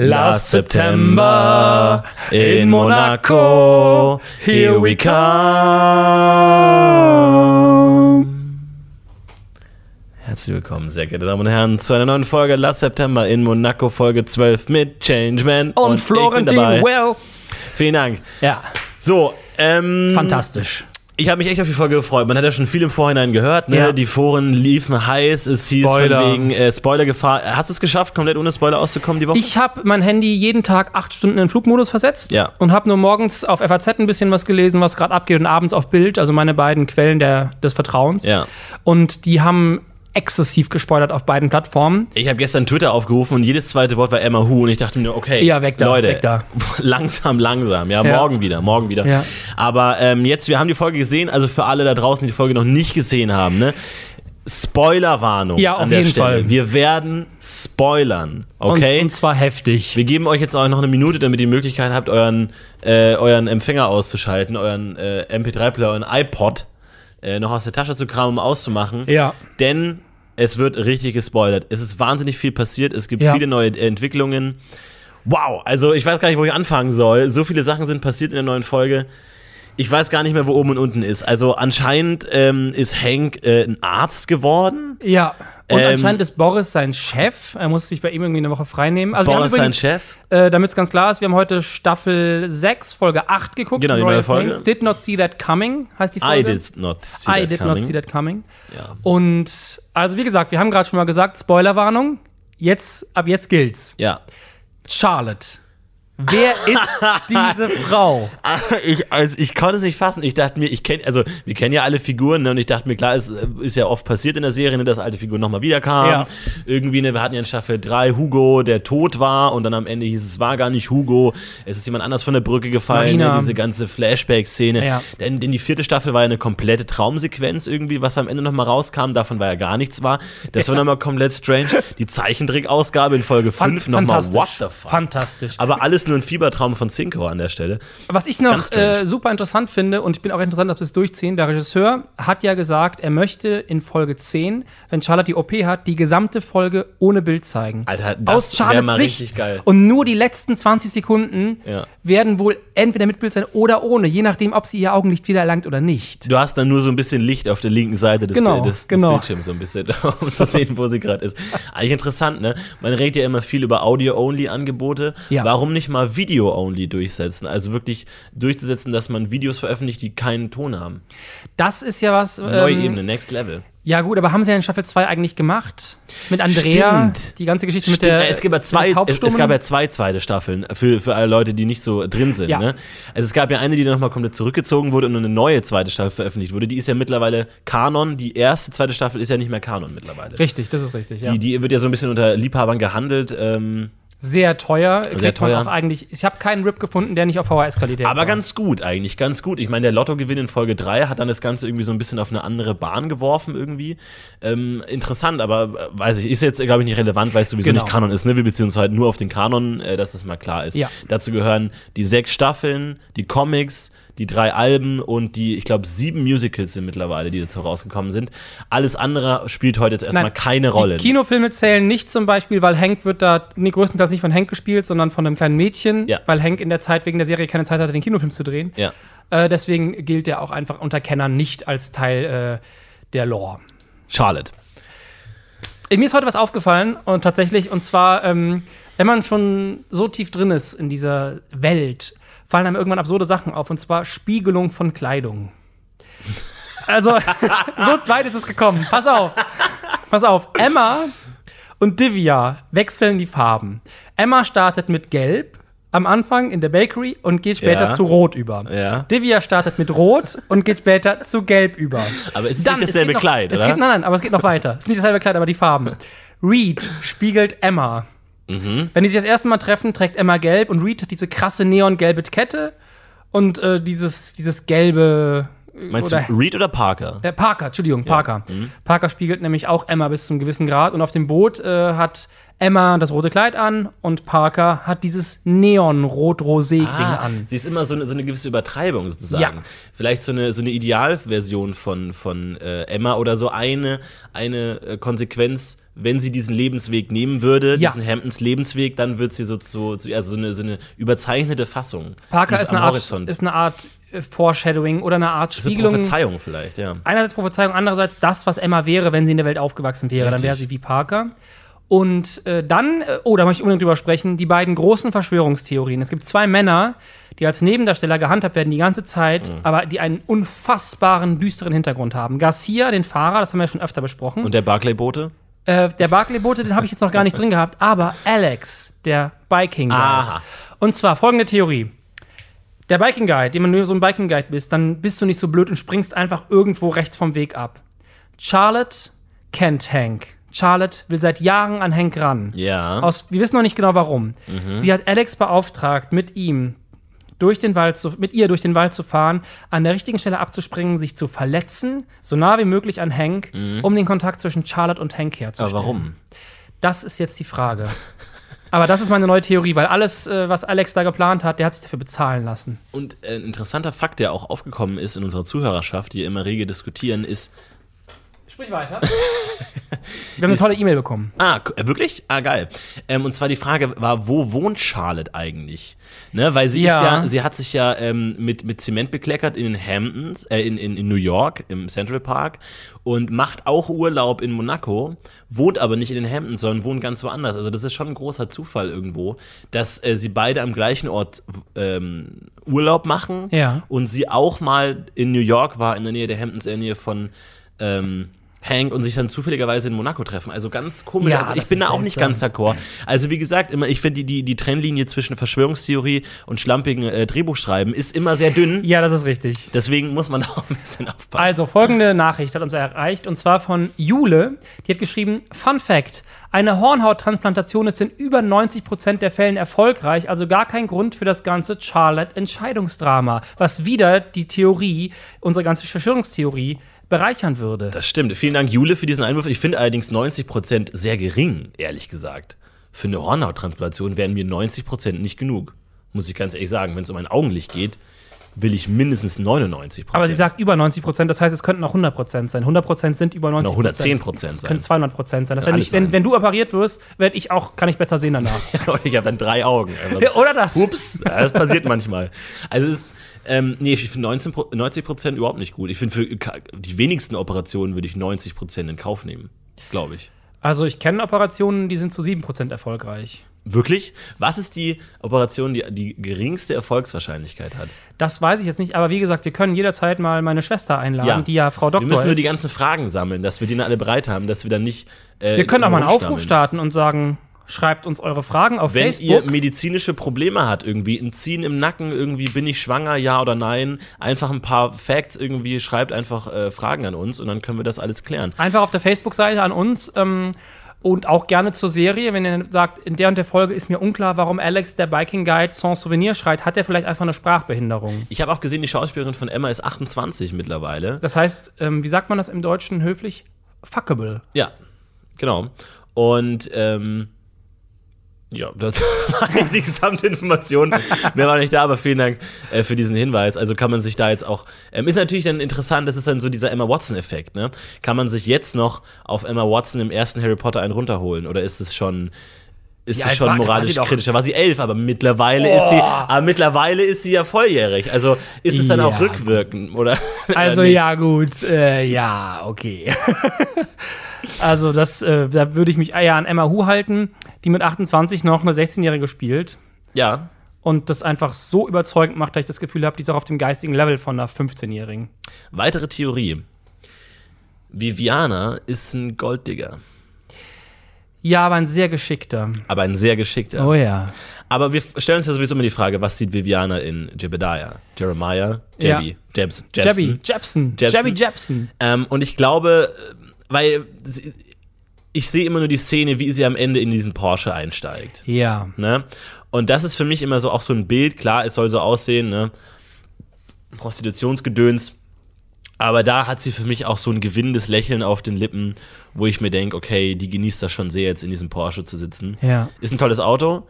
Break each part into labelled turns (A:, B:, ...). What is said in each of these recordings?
A: Last September in Monaco, here we come. Herzlich willkommen, sehr geehrte Damen und Herren, zu einer neuen Folge Last September in Monaco, Folge 12 mit Changeman
B: und,
A: ich bin
B: Florentin
A: dabei.
B: Well.
A: Vielen Dank.
B: Ja,
A: So, ähm,
B: fantastisch.
A: ich habe mich echt auf die Folge gefreut. Man hat ja schon viel im Vorhinein gehört, ne?
B: Ja.
A: Die Foren liefen heiß, es hieß
B: Spoiler.
A: von wegen äh, Spoilergefahr. Hast du es geschafft, komplett ohne Spoiler auszukommen die Woche?
B: Ich habe mein Handy jeden Tag acht Stunden in Flugmodus versetzt
A: Ja.
B: und habe nur morgens auf FAZ ein bisschen was gelesen, was gerade abgeht, und abends auf Bild, also meine beiden Quellen der, des Vertrauens.
A: Ja.
B: Und die haben exzessiv gespoilert auf beiden Plattformen.
A: Ich habe gestern Twitter aufgerufen und jedes zweite Wort war Emma Hu und ich dachte mir, okay,
B: Ja, weg da,
A: Leute,
B: weg da.
A: langsam, langsam, ja,
B: Ja.
A: morgen wieder, morgen wieder.
B: Ja.
A: Aber ähm, jetzt, wir haben die Folge gesehen, also für alle da draußen, die die Folge noch nicht gesehen haben, ne? Spoilerwarnung
B: Ja,
A: an
B: auf
A: der
B: jeden
A: Stelle.
B: Fall.
A: Wir werden spoilern, okay?
B: Und, und zwar heftig.
A: wir geben euch jetzt auch noch eine Minute, damit ihr die Möglichkeit habt, euren, äh, euren Empfänger auszuschalten, euren äh, MP3-Player, euren iPod äh, noch aus der Tasche zu kramen, um auszumachen.
B: Ja.
A: Denn es wird richtig gespoilert. Es ist wahnsinnig viel passiert. Es gibt
B: Ja.
A: viele neue äh, Entwicklungen. Wow, also ich weiß gar nicht, wo ich anfangen soll. So viele Sachen sind passiert in der neuen Folge. Ich weiß gar nicht mehr, wo oben und unten ist. Also anscheinend ähm, ist Hank äh, ein Arzt geworden.
B: Ja. Und
A: Ähm,
B: anscheinend ist Boris sein Chef. Er muss sich bei ihm irgendwie eine Woche freinehmen. Also wir haben
A: Boris sein
B: übrigens-
A: Chef.
B: Äh, Damit es ganz klar ist, wir haben heute Staffel 6, Folge 8 geguckt.
A: Genau, die
B: Royal
A: neue Folge.
B: Plains. Did Not See That Coming heißt die Folge.
A: I did not see
B: I
A: that
B: did
A: coming.
B: not see that coming.
A: Ja.
B: Und also wie gesagt, wir haben gerade schon mal gesagt, Spoilerwarnung. Jetzt, ab jetzt gilt's.
A: ja.
B: Charlotte. Wer ist diese Frau?
A: Ich, also ich konnte es nicht fassen. Ich dachte mir, ich kenne, also wir kennen ja alle Figuren, ne? Und ich dachte mir, klar, es äh, ist ja oft passiert in der Serie, ne, dass alte Figuren nochmal wiederkamen.
B: Ja.
A: Irgendwie, ne, wir hatten ja in Staffel 3 Hugo, der tot war, und dann am Ende hieß es, es war gar nicht Hugo, es ist jemand anders von der Brücke gefallen, ne?
B: Marina.
A: diese ganze Flashback-Szene.
B: Ja.
A: Denn, denn die vierte Staffel war ja eine komplette Traumsequenz irgendwie, was am Ende nochmal rauskam, davon war ja gar nichts war. Das war nochmal komplett strange. Die Zeichentrick-Ausgabe in Folge 5 nochmal,
B: Fantastisch.
A: what the fuck?
B: Fantastisch.
A: Aber alles nur ein Fiebertraum von Cinco an der Stelle.
B: Was ich
A: Ganz
B: noch
A: strange.
B: äh, super interessant finde, und ich bin auch interessant, ob sie es durchziehen, der Regisseur hat ja gesagt, er möchte in Folge 10, wenn Charlotte die OP hat, die gesamte Folge ohne Bild zeigen.
A: Alter, das
B: Aus
A: wär
B: Charlottes
A: mal
B: Sicht.
A: richtig geil.
B: Und nur die letzten 20 Sekunden
A: Ja.
B: werden wohl entweder mit Bild sein oder ohne, je nachdem, ob sie ihr Augenlicht wieder erlangt oder nicht.
A: Du hast dann nur so ein bisschen Licht auf der linken Seite des,
B: Genau,
A: Bi- des,
B: genau.
A: des Bildschirms, so ein bisschen, um zu sehen, wo sie gerade ist. Eigentlich interessant, ne? Man redet ja immer viel über Audio-Only-Angebote.
B: Ja.
A: Warum nicht mal Video-Only durchsetzen? Also wirklich durchzusetzen, dass man Videos veröffentlicht, die keinen Ton haben.
B: Das ist ja was.
A: Neue
B: ähm,
A: Ebene, Next Level.
B: Ja, gut, aber haben sie ja in Staffel 2 eigentlich gemacht? Mit Andrea,
A: Stimmt.
B: die ganze Geschichte mit
A: Stimmt,
B: der.
A: äh, es, gab ja
B: mit
A: zwei,
B: der
A: es,
B: Taubstummen.
A: es gab ja zwei zweite Staffeln für, für alle Leute, die nicht so drin sind.
B: Ja.
A: Ne? Also es gab ja eine, die dann nochmal komplett zurückgezogen wurde und eine neue zweite Staffel veröffentlicht wurde. Die ist ja mittlerweile Kanon. Die erste zweite Staffel ist ja nicht mehr Kanon mittlerweile.
B: Richtig, das ist richtig, ja.
A: Die, die wird ja so ein bisschen unter Liebhabern gehandelt. Ähm,
B: Sehr teuer. Sehr
A: teuer.
B: Auch eigentlich, ich habe keinen Rip gefunden, der nicht auf VHS-Qualität
A: aber
B: war.
A: ganz gut eigentlich, ganz gut. Ich meine, der Lottogewinn in Folge 3 hat dann das Ganze irgendwie so ein bisschen auf eine andere Bahn geworfen irgendwie. Ähm, interessant, aber äh, weiß ich, ist jetzt, glaube ich, nicht relevant, weil es sowieso
B: Genau.
A: nicht Kanon ist, ne? Wir beziehen uns halt nur auf den Kanon, äh, dass das mal klar ist.
B: Ja.
A: Dazu gehören die sechs Staffeln, die Comics, die drei Alben und die, ich glaube, sieben Musicals sind mittlerweile, die dazu rausgekommen sind. Alles andere spielt heute jetzt erstmal
B: Nein,
A: keine Rolle.
B: Die Kinofilme zählen nicht zum Beispiel, weil Hank wird da nee, größtenteils nicht von Hank gespielt, sondern von einem kleinen Mädchen,
A: Ja.
B: weil Hank in der Zeit wegen der Serie keine Zeit hatte, den Kinofilm zu drehen.
A: ja.
B: Äh, deswegen gilt er auch einfach unter Kennern nicht als Teil äh, der Lore.
A: Charlotte.
B: Äh, Mir ist heute was aufgefallen und tatsächlich, und zwar, ähm, wenn man schon so tief drin ist in dieser Welt, fallen einem irgendwann absurde Sachen auf, und zwar Spiegelung von Kleidung. Also, so weit ist es gekommen. Pass auf. Pass auf. Emma und Divya wechseln die Farben. Emma startet mit Gelb am Anfang in der Bakery und geht später
A: Ja.
B: zu Rot über.
A: Ja.
B: Divya startet mit Rot und geht später zu Gelb über.
A: Aber es ist
B: Dann,
A: nicht dasselbe
B: geht noch,
A: Kleid,
B: es
A: oder?
B: Geht, nein, nein, aber es geht noch weiter. Es ist nicht dasselbe Kleid, aber die Farben. Reed spiegelt Emma.
A: Mhm.
B: Wenn die sich das erste Mal treffen, trägt Emma gelb und Reed hat diese krasse neongelbe Kette und äh, dieses, dieses gelbe. äh,
A: Meinst
B: oder,
A: du Reed Mhm. oder Parker?
B: äh, Parker, Entschuldigung, Parker. Parker spiegelt nämlich auch Emma bis zum gewissen Grad und auf dem Boot äh, hat Emma das rote Kleid an und Parker hat dieses Neon-Rot-Rosé-Ding
A: Ah,
B: an.
A: Sie ist immer so eine, so eine gewisse Übertreibung sozusagen.
B: Ja.
A: Vielleicht so eine, so eine Idealversion von, von äh, Emma oder so eine, eine äh, Konsequenz wenn sie diesen Lebensweg nehmen würde,
B: Ja.
A: diesen Hamptons Lebensweg, dann wird sie so zu, zu also so eine, so eine überzeichnete Fassung.
B: Parker
A: Die
B: ist eine,
A: am
B: Art,
A: Horizont.
B: ist
A: Also
B: eine Art äh, Foreshadowing oder eine Art
A: ist eine
B: Spiegelung.
A: Prophezeiung vielleicht, ja.
B: einerseits Prophezeiung, andererseits das, was Emma wäre, wenn sie in der Welt aufgewachsen wäre. Dann
A: Richtig.
B: wäre sie wie Parker. Und äh, dann, äh, oh, da möchte ich unbedingt drüber sprechen, die beiden großen Verschwörungstheorien. Es gibt zwei Männer, die als Nebendarsteller gehandhabt werden die ganze
A: Mhm.
B: Zeit, aber die einen unfassbaren, düsteren Hintergrund haben. Garcia, den Fahrer, das haben wir ja schon öfter besprochen.
A: Und der Barclay-Bote?
B: Äh, der Barclay-Bote, den habe ich jetzt noch gar nicht drin gehabt, aber Alex, der Biking Guide.
A: Aha.
B: Und zwar folgende Theorie. Der Biking Guide, wenn du so ein Biking Guide bist, dann bist du nicht so blöd und springst einfach irgendwo rechts vom Weg ab. Charlotte kennt Hank. Charlotte will seit Jahren an Hank ran.
A: Ja.
B: Aus, wir wissen noch nicht genau warum. Sie hat Alex beauftragt, mit ihm durch den Wald zu, mit ihr durch den Wald zu fahren, an der richtigen Stelle abzuspringen, sich zu verletzen, so nah wie möglich an Hank, um den Kontakt zwischen Charlotte und Hank
A: Aber
B: herzustellen.
A: warum?
B: Das ist jetzt die Frage. Aber das ist meine neue Theorie, weil alles, äh, was Alex da geplant hat, der hat sich dafür bezahlen lassen.
A: Und äh, ein interessanter Fakt, der auch aufgekommen ist in unserer Zuhörerschaft, die immer rege diskutieren, ist,
B: Sprich weiter. Wir haben eine
A: Ist-
B: tolle E-Mail bekommen.
A: ah, k- äh, wirklich? Ah, geil. Ähm, und zwar die Frage war, wo wohnt Charlotte eigentlich? Ne, weil sie
B: Ja.
A: ist ja, sie hat sich ja ähm, mit, mit Zement bekleckert in den Hamptons, äh, in, in, in New York, im Central Park und macht auch Urlaub in Monaco, wohnt aber nicht in den Hamptons, sondern wohnt ganz woanders. Also das ist schon ein großer Zufall irgendwo, dass äh, sie beide am gleichen Ort w- ähm, Urlaub machen
B: Ja.
A: und sie auch mal in New York war, in der Nähe der Hamptons, in der Nähe von ähm, Hank und sich dann zufälligerweise in Monaco treffen. Also ganz komisch.
B: Ja,
A: also ich
B: das
A: bin
B: ist
A: da auch nicht ganz d'accord. Also wie gesagt, immer, ich finde die, die, die Trennlinie zwischen Verschwörungstheorie und schlampigen äh, Drehbuchschreiben ist immer sehr dünn.
B: Ja, das ist richtig.
A: Deswegen muss man da auch ein bisschen aufpassen.
B: Also, folgende Nachricht hat uns erreicht, und zwar von Jule. Die hat geschrieben, Fun Fact, eine Hornhauttransplantation ist in über 90% der Fällen erfolgreich, also gar kein Grund für das ganze Charlotte-Entscheidungsdrama, was wieder die Theorie, unsere ganze Verschwörungstheorie, bereichern würde.
A: Das stimmt. Vielen Dank, Jule, für diesen Einwurf. Ich finde allerdings 90% sehr gering, ehrlich gesagt. Für eine Hornhauttransplantation wären mir 90% nicht genug. Muss ich ganz ehrlich sagen. Wenn es um ein Augenlicht geht, will ich mindestens 99%.
B: Aber sie sagt über 90 Prozent, das heißt, es könnten auch 100 Prozent sein. 100 Prozent sind über 90
A: noch 110 Prozent
B: Können
A: sein.
B: 200 Prozent sein. Das wenn,
A: Kann alles
B: ich, wenn,
A: sein.
B: wenn du operiert wirst, werde ich auch, kann ich besser sehen danach.
A: Und ich habe dann drei Augen. Also,
B: Ja, Oder das?
A: Ups, ja, das passiert manchmal. Also es ist, ähm, nee, ich finde 19 Pro- 90 Prozent überhaupt nicht gut. Ich finde für ka- die wenigsten Operationen würde ich 90 Prozent in Kauf nehmen, glaube ich.
B: Also ich kenne Operationen, die sind zu 7 Prozent erfolgreich.
A: Wirklich? Was ist die Operation, die die geringste Erfolgswahrscheinlichkeit hat?
B: Das weiß ich jetzt nicht, aber wie gesagt, wir können jederzeit mal meine Schwester einladen,
A: Ja.
B: die ja Frau Doktor
A: wir müssen nur
B: ist.
A: die ganzen Fragen sammeln, dass wir die dann alle bereit haben, dass wir dann nicht. äh,
B: wir können auch mal einen
A: rumstammeln.
B: Aufruf starten und sagen, schreibt uns eure Fragen auf
A: Wenn ihr
B: Facebook.
A: medizinische Probleme hat, irgendwie ein Ziehen im Nacken, irgendwie bin ich schwanger, ja oder nein, einfach ein paar Facts irgendwie, schreibt einfach äh, Fragen an uns und dann können wir das alles klären.
B: Einfach auf der Facebook-Seite an uns ähm, und auch gerne zur Serie, wenn ihr sagt, in der und der Folge ist mir unklar, warum Alex, der Biking Guide, Sans Souvenir schreit, hat er vielleicht einfach eine Sprachbehinderung.
A: Ich habe auch gesehen, die Schauspielerin von Emma ist 28 mittlerweile.
B: Das heißt, ähm, wie sagt man das im Deutschen höflich? Fuckable.
A: Ja, genau. Und ähm, ja, das war eigentlich die gesamte Information. Mehr war nicht da, aber vielen Dank äh, für diesen Hinweis. Also kann man sich da jetzt auch. Ähm, ist natürlich dann interessant, das ist dann so dieser Emma Watson-Effekt, ne? Kann man sich jetzt noch auf Emma Watson im ersten Harry Potter einen runterholen? Oder ist es schon. Ist
B: Wie
A: es
B: alt
A: schon
B: war- war die
A: moralisch
B: doch?
A: kritischer? War sie elf, aber mittlerweile ist sie, aber mittlerweile ist sie ja volljährig. Also ist es dann auch
B: Ja.
A: rückwirkend, oder?
B: Also
A: Oder Äh, nicht?
B: ja, gut, äh, ja, okay. also das, äh, da würde ich mich eher an Emma Hu halten, die mit 28 noch eine 16-Jährige spielt
A: Ja.
B: und das einfach so überzeugend macht, dass ich das Gefühl habe, die ist auch auf dem geistigen Level von einer 15-Jährigen.
A: Weitere Theorie. Viviana ist ein Golddigger,
B: Ja, aber ein sehr geschickter.
A: aber ein sehr geschickter.
B: Oh ja.
A: Aber wir stellen uns ja sowieso immer die Frage, was sieht Viviana in Jebediah? Jeremiah? Jebby? Jebs, Jebson?
B: Jabby Jepson.
A: Jepsen.
B: Jabby Jepson.
A: Ähm, und ich glaube, weil sie, ich sehe immer nur die Szene, wie sie am Ende in diesen Porsche einsteigt.
B: Ja.
A: Ne? Und das ist für mich immer so auch so ein Bild. Klar, es soll so aussehen, ne? Prostitutionsgedöns. Aber da hat sie für mich auch so ein gewinnendes Lächeln auf den Lippen, wo ich mir denke, okay, die genießt das schon sehr, jetzt in diesem Porsche zu sitzen.
B: Ja.
A: Ist ein tolles Auto,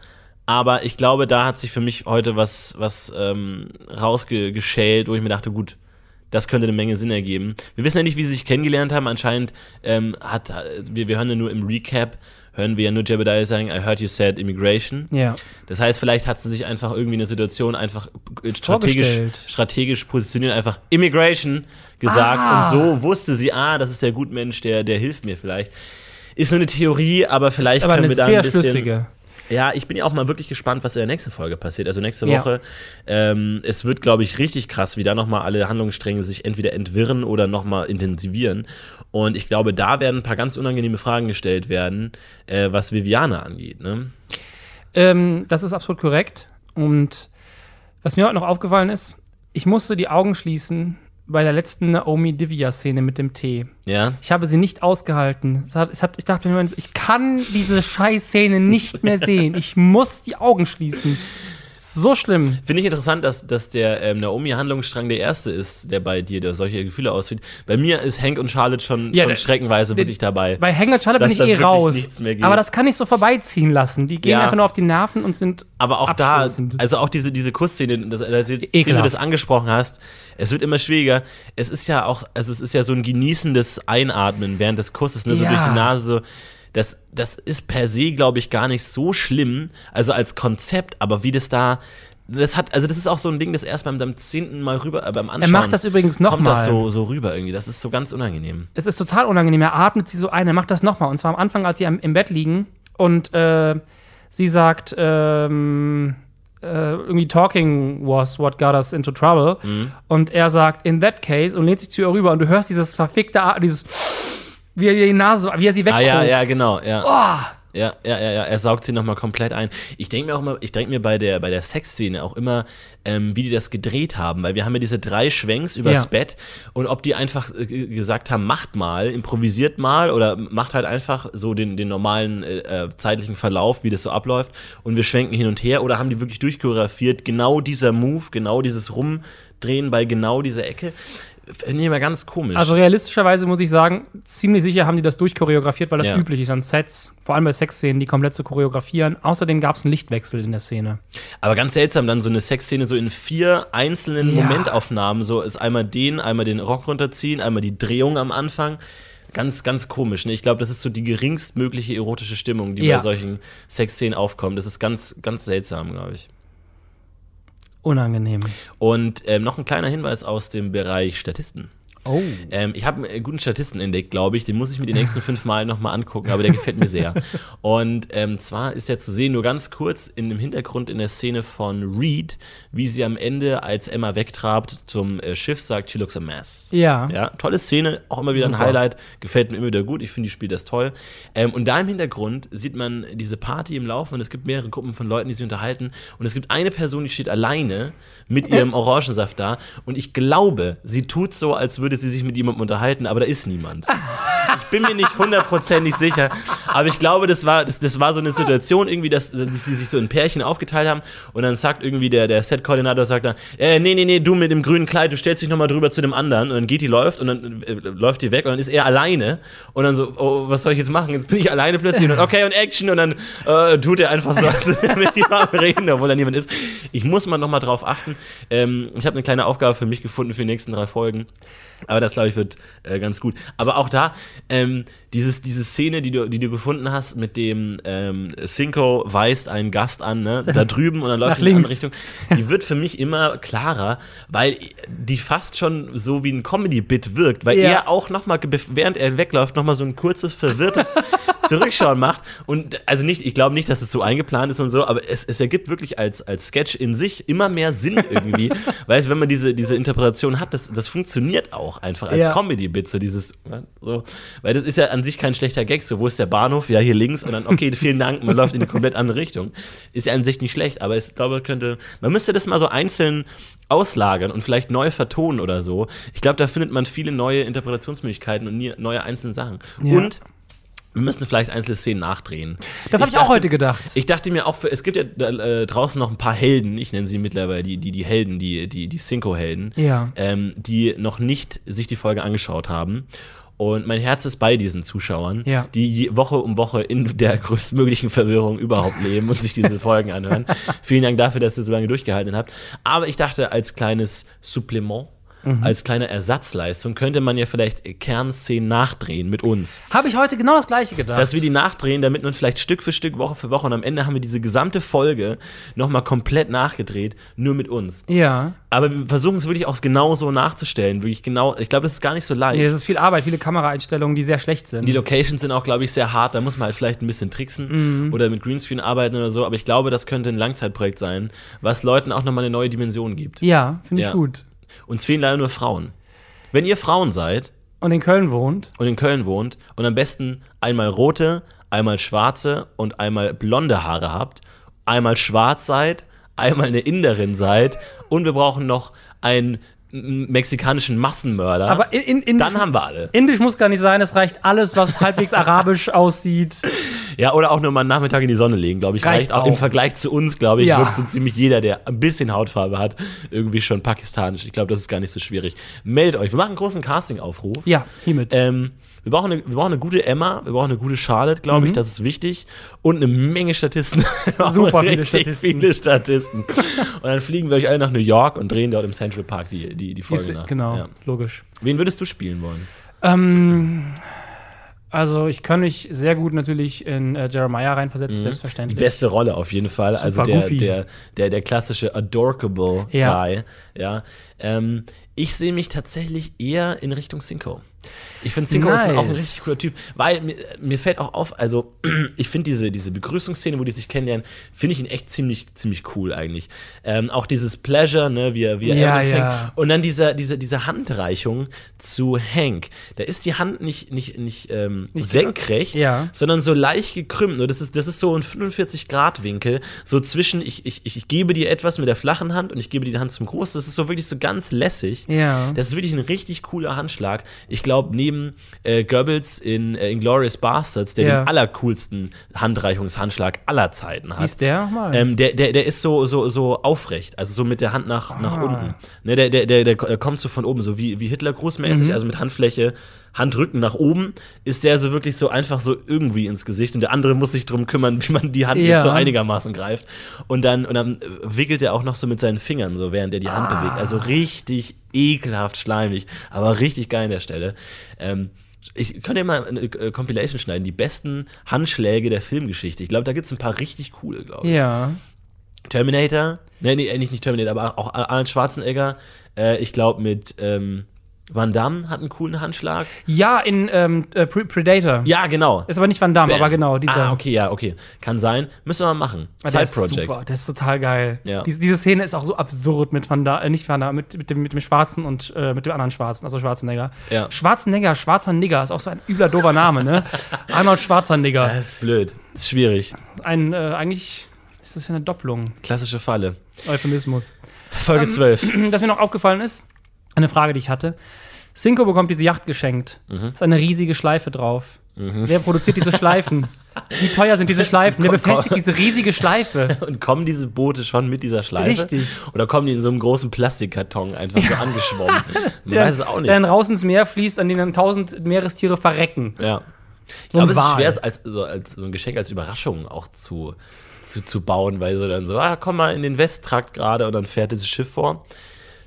A: aber ich glaube, da hat sich für mich heute was, was ähm, rausgeschält, wo ich mir dachte, gut, Das könnte eine Menge Sinn ergeben. Wir wissen ja nicht, wie sie sich kennengelernt haben. Anscheinend ähm, hat, wir, wir hören ja nur im Recap, hören wir ja nur Jebediah sagen, I heard you said immigration.
B: Ja.
A: Das heißt, vielleicht hat sie sich einfach irgendwie eine Situation einfach äh, strategisch,
B: Vorgestellt.
A: strategisch positioniert, einfach Immigration gesagt.
B: Ah.
A: Und so wusste sie, ah, das ist der Gutmensch, der, der hilft mir vielleicht. Ist nur eine Theorie, aber vielleicht
B: Aber
A: können
B: eine
A: wir da ein
B: sehr
A: bisschen.
B: schlüssige.
A: Ja, ich bin ja auch mal wirklich gespannt, was in der nächsten Folge passiert. Also nächste
B: Ja.
A: Woche. Ähm, es wird, glaube ich, richtig krass, wie da nochmal alle Handlungsstränge sich entweder entwirren oder nochmal intensivieren. Und ich glaube, da werden ein paar ganz unangenehme Fragen gestellt werden, äh, was Viviana angeht. Ne?
B: Ähm, das ist absolut korrekt. Und was mir heute noch aufgefallen ist, ich musste die Augen schließen bei der letzten Naomi Divya-Szene mit dem Tee.
A: Ja.
B: Ich habe sie nicht ausgehalten. Es hat, es hat, ich dachte mir, ich kann diese Scheißszene nicht mehr sehen. Ich muss die Augen schließen. So schlimm.
A: Finde ich interessant, dass, dass der ähm, Naomi-Handlungsstrang der erste ist, der bei dir der solche Gefühle ausführt. Bei mir ist Hank und Charlotte schon,
B: Ja,
A: schon
B: der-
A: schreckenweise
B: der-
A: wirklich dabei.
B: Bei Hangout Charlotte bin
A: Dass
B: ich
A: da
B: eh
A: wirklich
B: raus.
A: nichts mehr geht.
B: Aber das kann ich so vorbeiziehen lassen. Die gehen
A: Ja.
B: einfach nur auf die Nerven und sind.
A: Aber auch da,
B: abstoßend.
A: also auch diese, diese Kussszene, das, also, als du- wie du
B: Ekelhaft.
A: das angesprochen hast, es wird immer schwieriger. Es ist ja auch, also es ist ja so ein genießendes Einatmen während des Kusses, ne? so
B: Ja.
A: durch die Nase, so. Das, das ist per se, glaube ich, gar nicht so schlimm, also als Konzept, aber wie das da, das hat, also das ist auch so ein Ding, das erst beim, beim zehnten Mal rüber, äh, beim Anschauen.
B: macht das übrigens noch
A: Kommt das
B: mal.
A: so, so rüber irgendwie, das ist so ganz unangenehm.
B: Es ist total unangenehm. Er atmet sie so ein. Er macht das nochmal. Und zwar am Anfang, als sie am, im Bett liegen und äh, sie sagt, ähm, äh, irgendwie talking was what got us into trouble.
A: Mhm.
B: Und er sagt, in that case, und lehnt sich zu ihr rüber. Und du hörst dieses verfickte Atmen, dieses, wie er ihr die Nase, wie er sie
A: Ah
B: wegkokst.
A: ja, ja, genau, ja.
B: Ah.
A: Ja, ja, ja, ja, er saugt sie nochmal komplett ein. Ich denke mir auch immer, ich denke mir bei der, bei der Sexszene auch immer, ähm, wie die das gedreht haben, weil wir haben ja diese drei Schwenks übers
B: Ja.
A: Bett und ob die einfach äh, g- gesagt haben, macht mal, improvisiert mal oder macht halt einfach so den, den normalen äh, äh, zeitlichen Verlauf, wie das so abläuft und wir schwenken hin und her oder haben die wirklich durchchoreografiert, genau dieser Move, genau dieses Rumdrehen bei genau dieser Ecke. Finde ich immer ganz komisch.
B: Also realistischerweise muss ich sagen, ziemlich sicher haben die das durchchoreografiert, weil das
A: Ja.
B: üblich ist an Sets, vor allem bei Sexszenen, die komplett zu choreografieren. Außerdem gab es einen Lichtwechsel in der Szene.
A: Aber ganz seltsam, dann so eine Sexszene so in vier einzelnen
B: Ja.
A: Momentaufnahmen. So ist einmal den, einmal den Rock runterziehen, einmal die Drehung am Anfang. Ganz, ganz komisch. Ne? Ich glaube, das ist so die geringstmögliche erotische Stimmung, die
B: Ja.
A: bei solchen Sexszenen aufkommt. Das ist ganz, ganz seltsam, glaube ich.
B: Unangenehm.
A: Und ähm, noch ein kleiner Hinweis aus dem Bereich Statisten.
B: Oh.
A: Ähm, ich habe einen guten Statisten entdeckt, glaube ich. Den muss ich mir die nächsten fünf Mal nochmal angucken, aber der gefällt mir sehr. Und ähm, zwar ist ja zu sehen, nur ganz kurz in dem Hintergrund in der Szene von Reed, wie sie am Ende, als Emma wegtrabt, zum äh, Schiff sagt, she looks a mess.
B: Ja.
A: Ja, tolle Szene, auch immer wieder ein
B: Super.
A: Highlight, gefällt mir immer wieder gut, ich finde, die spielt das toll. Ähm, und da im Hintergrund sieht man diese Party im Laufen und es gibt mehrere Gruppen von Leuten, die sich unterhalten und es gibt eine Person, die steht alleine mit ihrem Orangensaft da und ich glaube, sie tut so, als würde sie sich mit jemandem unterhalten, aber da ist niemand. Ich bin mir nicht hundertprozentig sicher, aber ich glaube, das war, das, das war so eine Situation irgendwie, dass, dass sie sich so in Pärchen aufgeteilt haben und dann sagt irgendwie der, der Set-Koordinator, sagt dann, äh, nee, nee, nee, du mit dem grünen Kleid, du stellst dich nochmal drüber zu dem anderen und dann geht die, läuft und dann äh, läuft die weg und dann ist er alleine und dann so, oh, was soll ich jetzt machen? Jetzt bin ich alleine plötzlich und dann, okay, und Action und dann äh, tut er einfach so, als würde er mit jemandem reden, obwohl da niemand ist. Ich muss mal nochmal drauf achten. Ähm, ich habe eine kleine Aufgabe für mich gefunden für die nächsten drei Folgen. Aber das, glaube ich, wird äh, ganz gut. Aber auch da, ähm, dieses, diese Szene, die du, die du gefunden hast, mit dem ähm, Cinco weist einen Gast an, ne? da drüben und dann
B: Nach
A: läuft er in die andere
B: links.
A: Richtung, die wird für mich immer klarer, weil die fast schon so wie ein Comedy-Bit wirkt, weil
B: Ja.
A: er auch nochmal, während er wegläuft, nochmal so ein kurzes, verwirrtes Zurückschauen macht. Und also nicht, ich glaube nicht, dass es so eingeplant ist und so, aber es, es ergibt wirklich als, als Sketch in sich immer mehr Sinn irgendwie. weißt du, wenn man diese, diese Interpretation hat, das, das funktioniert auch einfach als
B: Ja.
A: Comedy-Bit, so dieses, ne, so. Weil das ist ja an sich kein schlechter Gag, so, wo ist der Bahnhof? Ja, hier links und dann, okay, vielen Dank, man läuft in eine komplett andere Richtung. Ist ja an sich nicht schlecht, aber ich glaube, könnte, man müsste das mal so einzeln auslagern und vielleicht neu vertonen oder so. Ich glaube, da findet man viele neue Interpretationsmöglichkeiten und nie- neue einzelne Sachen.
B: Ja.
A: Und wir müssen vielleicht einzelne Szenen nachdrehen.
B: Das habe ich, auch
A: dachte-
B: heute gedacht.
A: Ich dachte mir auch, für, es gibt ja da, äh, draußen noch ein paar Helden, ich nenne sie mittlerweile die, die, die Helden, die, die, die Cinco-Helden,
B: Ja.
A: ähm, die noch nicht sich die Folge angeschaut haben. Und mein Herz ist bei diesen Zuschauern,
B: Ja.
A: die je- Woche um Woche in der größtmöglichen Verwirrung überhaupt leben und sich diese Folgen anhören. Vielen Dank dafür, dass ihr so lange durchgehalten habt. Aber ich dachte, als kleines Supplement als kleine Ersatzleistung könnte man ja vielleicht Kernszenen nachdrehen mit uns.
B: Habe ich heute genau das gleiche gedacht.
A: Dass wir die nachdrehen, damit man vielleicht Stück für Stück, Woche für Woche und am Ende haben wir diese gesamte Folge nochmal komplett nachgedreht, nur mit uns.
B: ja.
A: Aber wir versuchen es wirklich auch genau so nachzustellen. Wirklich genau, ich glaube, es ist gar nicht so leicht.
B: Nee, das ist viel Arbeit, viele Kameraeinstellungen, die sehr schlecht sind.
A: Die Locations sind auch, glaube ich, sehr hart. Da muss man halt vielleicht ein bisschen
B: Mhm.
A: tricksen oder mit Greenscreen arbeiten oder so. Aber ich glaube, das könnte ein Langzeitprojekt sein, was Leuten auch nochmal eine neue Dimension gibt.
B: ja, finde ich
A: Ja.
B: gut.
A: Uns fehlen leider nur Frauen. Wenn ihr Frauen seid
B: Und in Köln wohnt.
A: und in Köln wohnt und am besten einmal rote, einmal schwarze und einmal blonde Haare habt, einmal schwarz seid, einmal eine Inderin seid und wir brauchen noch einen m- mexikanischen Massenmörder,
B: Aber in, in, in
A: dann haben wir alle.
B: Indisch muss gar nicht sein, es reicht alles, was halbwegs arabisch aussieht.
A: Ja, oder auch nur mal einen Nachmittag in die Sonne legen, glaube ich. Reicht,
B: Reicht
A: auch.
B: auch.
A: Im Vergleich zu uns, glaube ich,
B: Ja.
A: wirkt so ziemlich jeder, der ein bisschen Hautfarbe hat, irgendwie schon pakistanisch. Ich glaube, das ist gar nicht so schwierig. Meldet euch. Wir machen einen großen Casting-Aufruf.
B: Ja, hiermit.
A: Ähm, wir, brauchen eine, wir brauchen eine gute Emma, wir brauchen eine gute Charlotte, glaube
B: Mhm.
A: ich, das ist wichtig. Und eine Menge Statisten. Wir brauchen
B: Super viele
A: richtig
B: Statisten.
A: viele Statisten. und dann fliegen wir euch alle nach New York und drehen dort im Central Park die, die, die Folge
B: Ist,
A: nach.
B: genau,
A: Ja.
B: logisch.
A: Wen würdest du spielen wollen?
B: Ähm, also ich kann mich sehr gut natürlich in äh, Jeremiah reinversetzen,
A: Mhm. Die
B: selbstverständlich.
A: beste Rolle auf jeden Fall. also der,
B: goofy.
A: der, der, der klassische Adorkable
B: Ja.
A: Guy. Ja. Ähm, ich sehe mich tatsächlich eher in Richtung Cinco. Ich finde, Cinco ist ein- auch ein
B: Nice.
A: richtig cooler Typ, weil mir, mir fällt auch auf, also ich finde diese, diese Begrüßungsszene, wo die sich kennenlernen, finde ich ihn echt ziemlich, ziemlich cool eigentlich. Ähm, auch dieses Pleasure, ne, wie er, wie er
B: Ja,
A: Aaron fängt.
B: ja.
A: Und dann diese, diese, diese Handreichung zu Hank. Da ist die Hand nicht, nicht, nicht, ähm, senkrecht,
B: Ja.
A: sondern so leicht gekrümmt. Nur das ist, das ist so ein 45-Grad-Winkel, so zwischen, ich, ich, ich ich gebe dir etwas mit der flachen Hand und ich gebe dir die Hand zum Großen. Das ist so wirklich so ganz lässig.
B: Ja.
A: Das ist wirklich ein richtig cooler Handschlag. Ich glaube, neben äh, Goebbels in äh, Inglourious Bastards, der
B: Ja.
A: den allercoolsten Handreichungshandschlag aller Zeiten
B: Wie
A: hat.
B: ist der? Mal.
A: Ähm, der, der, der ist so, so, so aufrecht, also so mit der Hand nach, nach unten. Ne, der, der, der, der kommt so von oben, so wie, wie Hitler großmäßig, also mit Handfläche, Handrücken nach oben, ist der so wirklich so einfach so irgendwie ins Gesicht und der andere muss sich drum kümmern, wie man die Hand
B: Ja.
A: jetzt so einigermaßen greift. Und dann, und dann wickelt er auch noch so mit seinen Fingern, so während er die Hand bewegt. Also richtig ekelhaft schleimig, aber richtig geil an der Stelle. Ähm, ich könnte mal eine äh, Compilation schneiden, die besten Handschläge der Filmgeschichte. Ich glaube, da gibt es ein paar richtig coole, glaube ich.
B: ja.
A: Terminator, nee, nee, nicht, nicht Terminator, aber auch Arnold Schwarzenegger, äh, ich glaube mit ähm, Van Damme hat einen coolen Handschlag.
B: Ja, in ähm, äh, Pre- Predator.
A: Ja, genau.
B: Ist aber nicht Van Damme,
A: Bam.
B: aber genau, dieser.
A: Ah, okay, ja, okay. Kann sein. Müssen wir mal machen.
B: Ah,
A: Side
B: ist
A: Project.
B: Super, der ist total geil.
A: Ja.
B: Diese, diese Szene ist auch so absurd mit Van Damme, äh, nicht Van Damme, mit, mit, dem, mit dem Schwarzen und äh, mit dem anderen Schwarzen, also Schwarzenegger.
A: Ja.
B: Schwarzenegger, schwarzer Nigger, ist auch so ein übler, dober Name, ne? Arnold Schwarzenegger.
A: Das ist blöd. Das ist schwierig.
B: Ein, äh, eigentlich ist das ja eine Doppelung,
A: Klassische Falle. Ähm,
B: Euphemismus.
A: Folge 12.
B: Was mir noch aufgefallen ist, eine Frage, die ich hatte. Cinco bekommt diese Yacht geschenkt.
A: Mhm.
B: Ist eine riesige Schleife drauf. Wer produziert diese Schleifen? Wie teuer sind diese Schleifen? Wer
A: Komm, komm.
B: befestigt diese riesige Schleife?
A: Und kommen diese Boote schon mit dieser Schleife?
B: Richtig.
A: Oder kommen die in so einem großen Plastikkarton einfach so angeschwommen? Man
B: Der-
A: weiß es auch nicht.
B: Der dann raus ins Meer fließt, an denen dann tausend Meerestiere verrecken.
A: Ja.
B: So
A: ich
B: ein
A: glaube, es ist
B: Wal.
A: schwer, es als, so, als so ein Geschenk als Überraschung auch zu, zu, zu bauen, weil so dann so, ah, komm mal in den Westtrakt gerade und dann fährt dieses Schiff vor.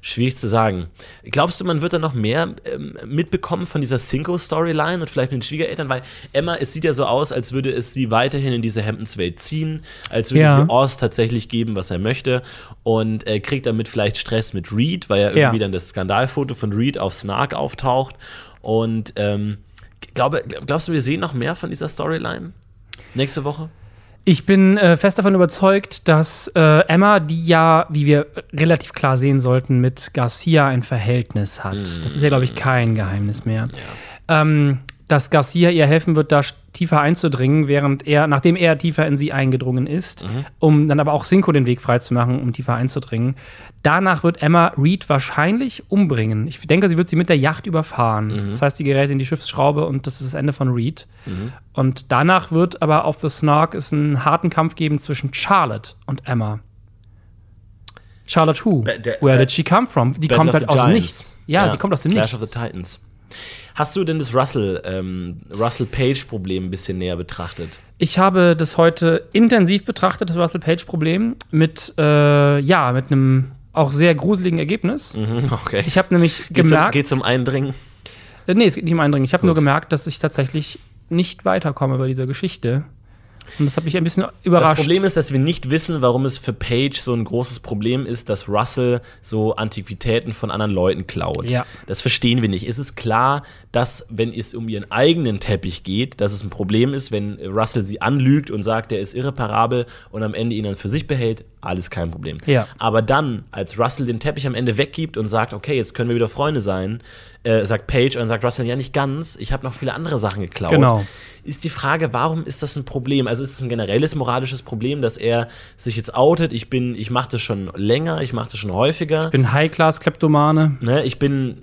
A: Schwierig zu sagen. Glaubst du, man wird dann noch mehr ähm, mitbekommen von dieser Cinco-Storyline und vielleicht mit den Schwiegereltern? Weil Emma, es sieht ja so aus, als würde es sie weiterhin in diese Hamptons-Welt ziehen, als würde
B: Ja.
A: sie Oz tatsächlich geben, was er möchte und äh, kriegt damit vielleicht Stress mit Reed, weil er irgendwie
B: Ja.
A: dann das Skandalfoto von Reed auf Snark auftaucht. Und ähm, glaube, glaubst du, wir sehen noch mehr von dieser Storyline nächste Woche?
B: Ich bin äh, fest davon überzeugt, dass äh, Emma, die ja, wie wir relativ klar sehen sollten, mit Garcia ein Verhältnis hat. Das ist ja,
A: Mhm.
B: glaube ich, kein Geheimnis mehr. Ähm, dass Garcia ihr helfen wird, da sch- tiefer einzudringen, während er, nachdem er tiefer in sie eingedrungen ist,
A: Mhm.
B: um dann aber auch Cinco den Weg freizumachen, um tiefer einzudringen. Danach wird Emma Reed wahrscheinlich umbringen. Ich denke, sie wird sie mit der Yacht überfahren.
A: Mhm.
B: Das heißt, sie gerät in die Schiffsschraube und das ist das Ende von Reed.
A: Mhm.
B: Und danach wird aber auf The Snark es einen harten Kampf geben zwischen Charlotte und Emma. Charlotte who?
A: Ba- der-
B: Where
A: ba-
B: did she come from? Die
A: Battle
B: kommt
A: of
B: halt
A: the
B: aus dem
A: Giants.
B: Nichts. Ja, sie kommt aus dem
A: Clash
B: Nichts.
A: of the Titans. Hast du denn das Russell, ähm, Russell Page-Problem ein bisschen näher betrachtet?
B: Ich habe das heute intensiv betrachtet, das Russell Page-Problem, mit, äh, ja, mit einem auch sehr gruseligen Ergebnis.
A: Mhm, Okay.
B: Ich habe nämlich
A: Geht's um,
B: gemerkt.
A: geht's um Eindringen?
B: äh, nee, es geht nicht um Eindringen. Ich habe
A: Gut.
B: nur gemerkt, dass ich tatsächlich nicht weiterkomme bei dieser Geschichte. Und das hat mich ein bisschen überrascht.
A: Das Problem ist, dass wir nicht wissen, warum es für Page so ein großes Problem ist, dass Russell so Antiquitäten von anderen Leuten klaut.
B: Ja.
A: Das verstehen wir nicht. Es ist klar, dass, wenn es um ihren eigenen Teppich geht, dass es ein Problem ist, wenn Russell sie anlügt und sagt, er ist irreparabel und am Ende ihn dann für sich behält, alles kein Problem.
B: Ja.
A: Aber dann, als Russell den Teppich am Ende weggibt und sagt, okay, jetzt können wir wieder Freunde sein, äh, sagt Page und dann sagt Russell, ja, nicht ganz, ich habe noch viele andere Sachen geklaut
B: Genau.
A: ist die Frage, warum ist das ein Problem? Also ist es ein generelles moralisches Problem, dass er sich jetzt outet, ich bin, ich mache das schon länger, ich mache das schon häufiger.
B: ich bin High-Class-Kleptomane.
A: ne, ich bin